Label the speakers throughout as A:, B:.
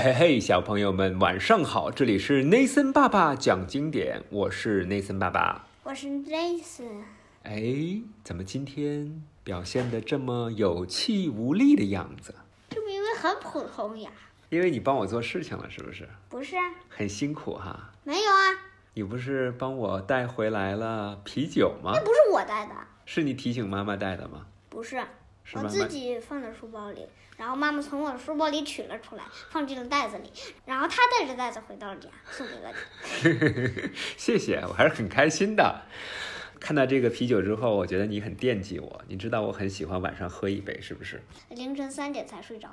A: 嘿哎嘿，小朋友们晚上好，这里是 Nathan 爸爸讲经典，我是 Nathan 爸爸。
B: 我是 Blaze，
A: 哎，怎么今天表现的这么有气无力的样子？
B: 这明明很普通呀。
A: 因为你帮我做事情了，是不是？
B: 不是啊，
A: 很辛苦哈。
B: 没有啊，
A: 你不是帮我带回来了啤酒吗
B: 那？不是我带的，
A: 是你提醒妈妈带的吗？
B: 不是，
A: 是
B: 我
A: 妈
B: 自
A: 妈。
B: 己放在书包里，然后妈妈从我的书包里取了出来，放进了袋子里，然后她带着袋子回到了家，送给了你。
A: 谢谢，我还是很开心的。看到这个啤酒之后，我觉得你很惦记我。你知道我很喜欢晚上喝一杯，是不是？
B: 凌晨三点才睡着，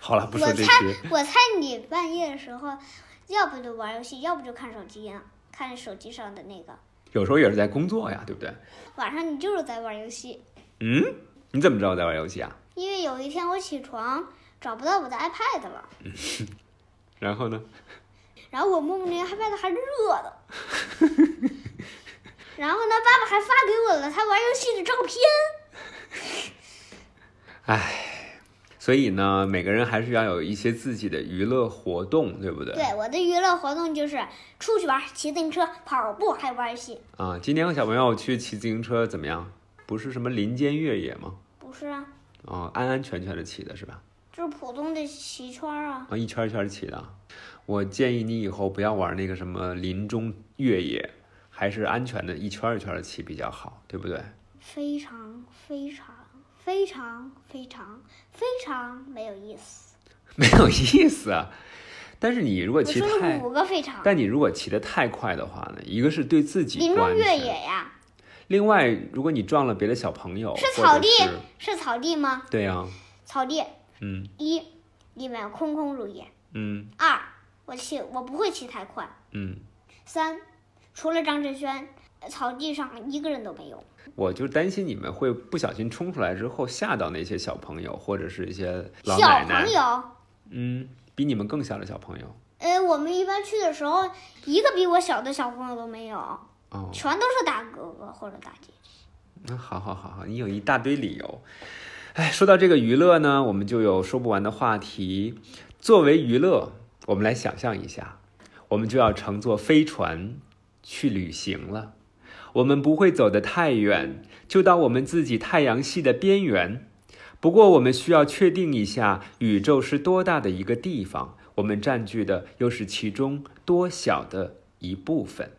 A: 好了，不
B: 我
A: 说这
B: 猜
A: 些。
B: 我猜你半夜的时候，要不就玩游戏，要不就看手机呀，看手机上的那个。
A: 有时候也是在工作呀，对不对？
B: 晚上你就是在玩游戏，
A: 嗯，你怎么知道我在玩游戏啊？
B: 因为有一天我起床找不到我的 iPad 了，
A: 然后呢？
B: 然后我摸摸那个 iPad 还是热的。 然后呢，爸爸还发给我了他玩游戏的照片。
A: 所以呢，每个人还是要有一些自己的娱乐活动，对不对？
B: 对，我的娱乐活动就是出去玩、骑自行车、跑步，还有玩游戏。
A: 啊，今天和小朋友去骑自行车怎么样？不是什么林间越野吗？
B: 不是啊，
A: 啊，安安全全的骑的是吧？
B: 就是普通的骑圈儿啊。
A: 啊，一圈一圈地骑的啊。我建议你以后不要玩那个什么林中越野，还是安全的一圈一圈的骑比较好，对不对？
B: 非常非常非常非常非常没有意思。
A: 没有意思啊。但是你如果
B: 我
A: 骑
B: 说
A: 太
B: 了五个非常。
A: 但你如果骑得太快的话呢，一个是对自己
B: 林
A: 不
B: 中
A: 安
B: 越
A: 全，
B: 野呀，
A: 另外如果你撞了别的小朋友，
B: 是
A: 或
B: 草
A: 者
B: 地
A: 是
B: 哦是草地吗？
A: 对啊呀、
B: 草地
A: 嗯
B: 一里面空空如也。
A: 嗯
B: 二，我骑我不会骑太快。
A: 嗯，
B: 三，除了张振轩，呃草地上一个人都没有。
A: 我就担心你们会不小心冲出来之后吓到那些小朋友或者是一些老
B: 小
A: 奶奶
B: 朋，友，
A: 嗯，比你们更小的小朋友
B: 呃，我们一般去的时候，一个比我小的小朋友都没有，
A: 哦。
B: 全都是大哥哥或者大姐姐。
A: 那嗯好好好好，你有一大堆理由。哎，说到这个娱乐呢，我们就有说不完的话题。作为娱乐，我们来想象一下，我们就要乘坐飞船去旅行了。我们不会走得太远，就到我们自己太阳系的边缘。不过，我们需要确定一下宇宙是多大的一个地方，我们占据的又是其中多小的一部分。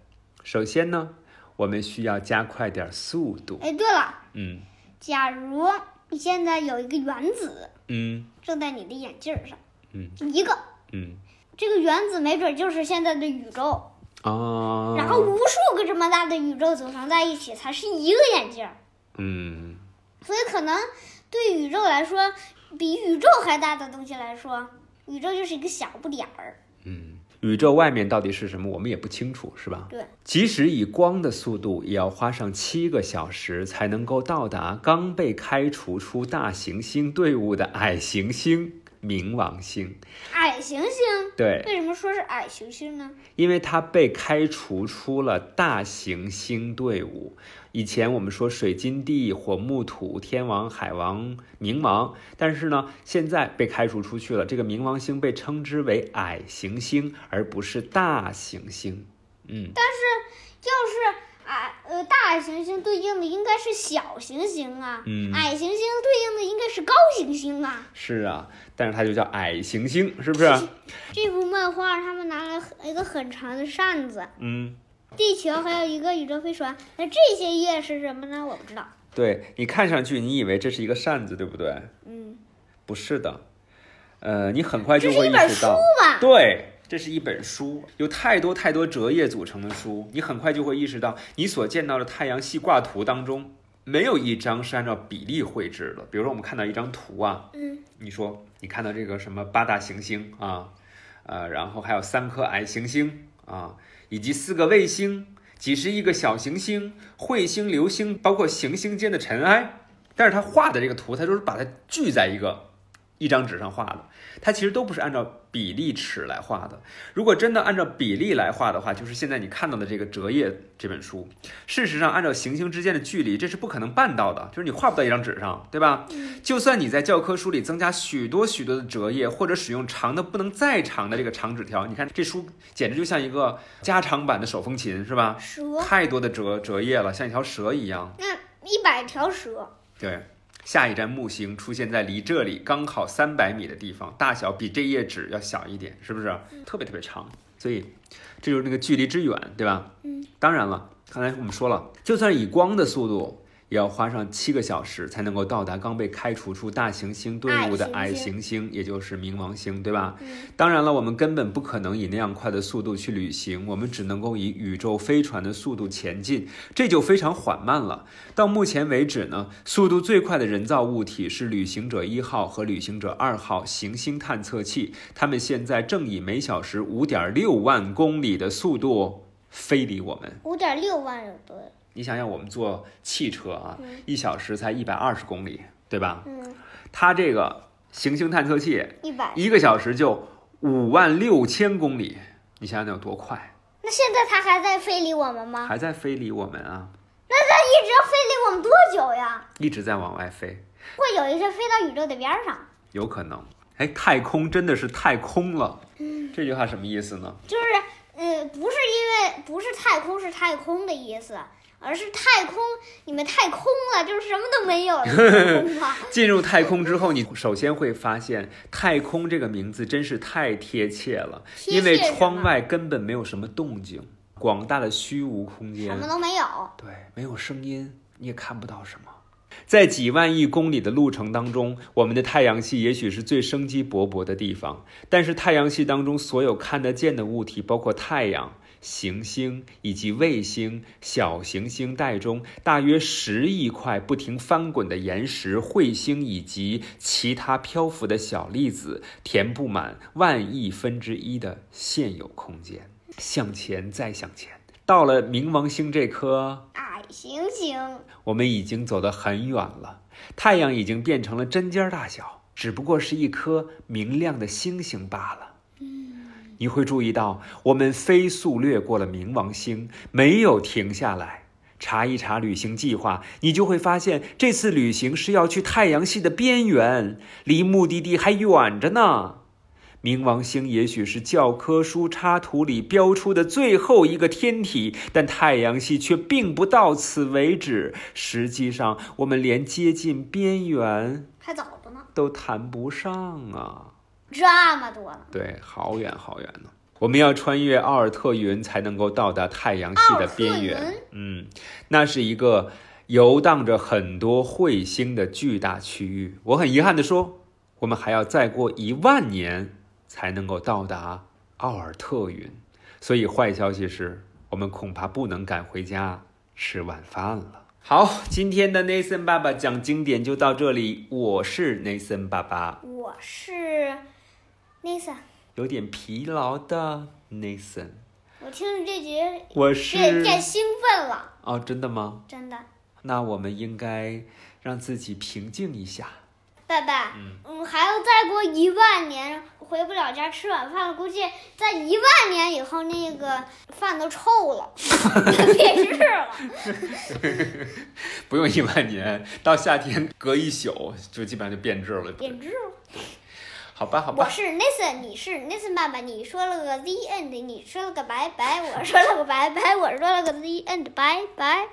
A: 首先呢，我们需要加快点儿速度。
B: 哎，对了，
A: 嗯
B: 假如你现在有一个原子
A: 嗯
B: 正在你的眼镜上，
A: 嗯，
B: 一个
A: 嗯
B: 这个原子没准就是现在的宇宙，
A: 啊，
B: 然后无数个这么大的宇宙组成在一起才是一个眼镜儿。
A: 嗯，
B: 所以可能对宇宙来说，比宇宙还大的东西来说，宇宙就是一个小不点儿。
A: 宇宙外面到底是什么，我们也不清楚，是吧？
B: 对，
A: 即使以光的速度，也要花上七个小时才能够到达刚被开除出大行星队伍的矮行星冥王星。
B: 矮行星
A: 对，
B: 为什么说是矮行星呢？
A: 因为它被开除出了大行星队伍。以前我们说水金地火木土天王海王冥王，但是呢，现在被开除出去了。这个冥王星被称之为矮行星，而不是大行星。嗯，
B: 就是矮呃大行星对应的应该是小行星啊，
A: 嗯
B: 矮行星对应的应该是高行星啊。
A: 是啊，但是它就叫矮行星，是不 是？
B: 这幅漫画他们拿了很一个很长的扇子，
A: 嗯，
B: 地球还有一个宇宙飞船，那这些叶是什么呢？我不知道。
A: 对你看上去你以为这是一个扇子，对不对？
B: 嗯，
A: 不是的，呃，你很快就
B: 这
A: 会意
B: 是一本
A: 识
B: 书
A: 到。
B: 吧？
A: 对，这是一本书，有太多太多折页组成的书，你很快就会意识到，你所见到的太阳系挂图当中，没有一张是按照比例绘制的。比如说，我们看到一张图啊，
B: 嗯，
A: 你说你看到这个什么八大行星啊，呃，然后还有三颗矮行星啊，以及四个卫星，几十亿个小行星、彗星、流星，包括行星间的尘埃。但是他画的这个图，他就是把它聚在一个一张纸上画的，它其实都不是按照比例尺来画的。如果真的按照比例来画的话，就是现在你看到的这个《折页》这本书。事实上，按照行星之间的距离，这是不可能办到的，就是你画不到一张纸上，对吧？就算你在教科书里增加许多许多的折页，或者使用长的不能再长的这个长纸条，你看这书简直就像一个加长版的手风琴，是吧？
B: 蛇，
A: 太多的折折页了，像一条蛇一样。
B: 一百条蛇，
A: 对，下一站木星出现在离这里刚好三百米的地方，大小比这页纸要小一点，是不是？
B: 嗯
A: 特别特别长，所以这就是那个距离之远，对吧？
B: 嗯。
A: 当然了，刚才我们说了，就算以光的速度，也要花上七个小时才能够到达刚被开除出大行星队伍的
B: 矮
A: 矮
B: 行
A: 行星，也就是冥王星，对吧？
B: 嗯，
A: 当然了，我们根本不可能以那样快的速度去旅行，我们只能够以宇宙飞船的速度前进，这就非常缓慢了。到目前为止呢，速度最快的人造物体是旅行者一号和旅行者二号行星探测器，它们现在正以每小时五点六万公里的速度飞离我们。
B: 五点六万有多？
A: 你想想，我们坐汽车啊
B: 嗯，
A: 一小时才一百二十公里，对吧？
B: 嗯，
A: 它这个行星探测器
B: 一百。
A: 一个小时就五万六千公里，你想想那有多快，
B: 那现在它还在非礼我们吗？
A: 还在飞离我们啊，
B: 那它一直要非礼我们多久呀？
A: 一直在往外飞，
B: 会有一天飞到宇宙的边儿上，
A: 有可能。哎，太空真的是太空了，
B: 嗯
A: 这句话什么意思呢？
B: 就是呃，不是因为不是太空是太空的意思，而是太空你们太空了，就是什么都没 有了，太空了
A: 进入太空之后，你首先会发现“太空”这个名字真是太贴切了，
B: 贴切
A: 因为
B: 是吗
A: 窗外根本没有什么动静，广大的虚无空间
B: 什么，都没有。
A: 对，没有声音，你也看不到什么。在几万亿公里的路程当中，我们的太阳系也许是最生机勃勃的地方，但是太阳系当中所有看得见的物体，包括太阳、行星以及卫星、小行星带中大约十亿块不停翻滚的岩石、彗星以及其他漂浮的小粒子，填不满万亿分之一的现有空间。向前，再向前，到了冥王星这颗
B: 矮哎行星，
A: 我们已经走得很远了，太阳已经变成了针尖儿大小，只不过是一颗明亮的星星罢了。你会注意到，我们飞速掠过了冥王星，没有停下来。查一查旅行计划，你就会发现这次旅行是要去太阳系的边缘，离目的地还远着呢。冥王星也许是教科书插图里标出的最后一个天体，但太阳系却并不到此为止。实际上，我们连接近边缘
B: 还早着呢，
A: 都谈不上啊！
B: 这么多呢。
A: 对，好远好远呢、我们要穿越奥尔特云才能够到达太阳系的边
B: 奥尔特
A: 缘。嗯，那是一个游荡着很多彗星的巨大区域。我很遗憾地说，我们还要再过一万年才能够到达奥尔特云。所以坏消息是我们恐怕不能赶回家吃晚饭了。好，今天的 Nathan 爸爸讲经典就到这里。我是 Nathan 爸爸。
B: 我是 Nathan，
A: 有点疲劳的 Nathan。
B: 我听着这节
A: 我
B: 这
A: 是
B: 这兴奋了，
A: 哦，真的吗？
B: 真的。
A: 那我们应该让自己平静一下。
B: 爸爸，嗯，还要再过一万年，回不了家吃晚饭了。估计在一万年以后，那个饭都臭了，变质了。
A: 不用一万年，到夏天隔一宿就基本上就变质了。
B: 变质了。
A: 好吧，好
B: 我
A: 吧，
B: 是 Nathan，你是 Nathan 爸爸，你说了个 the end，你说了个拜拜，我说了个拜拜，我说了个 the end，拜拜。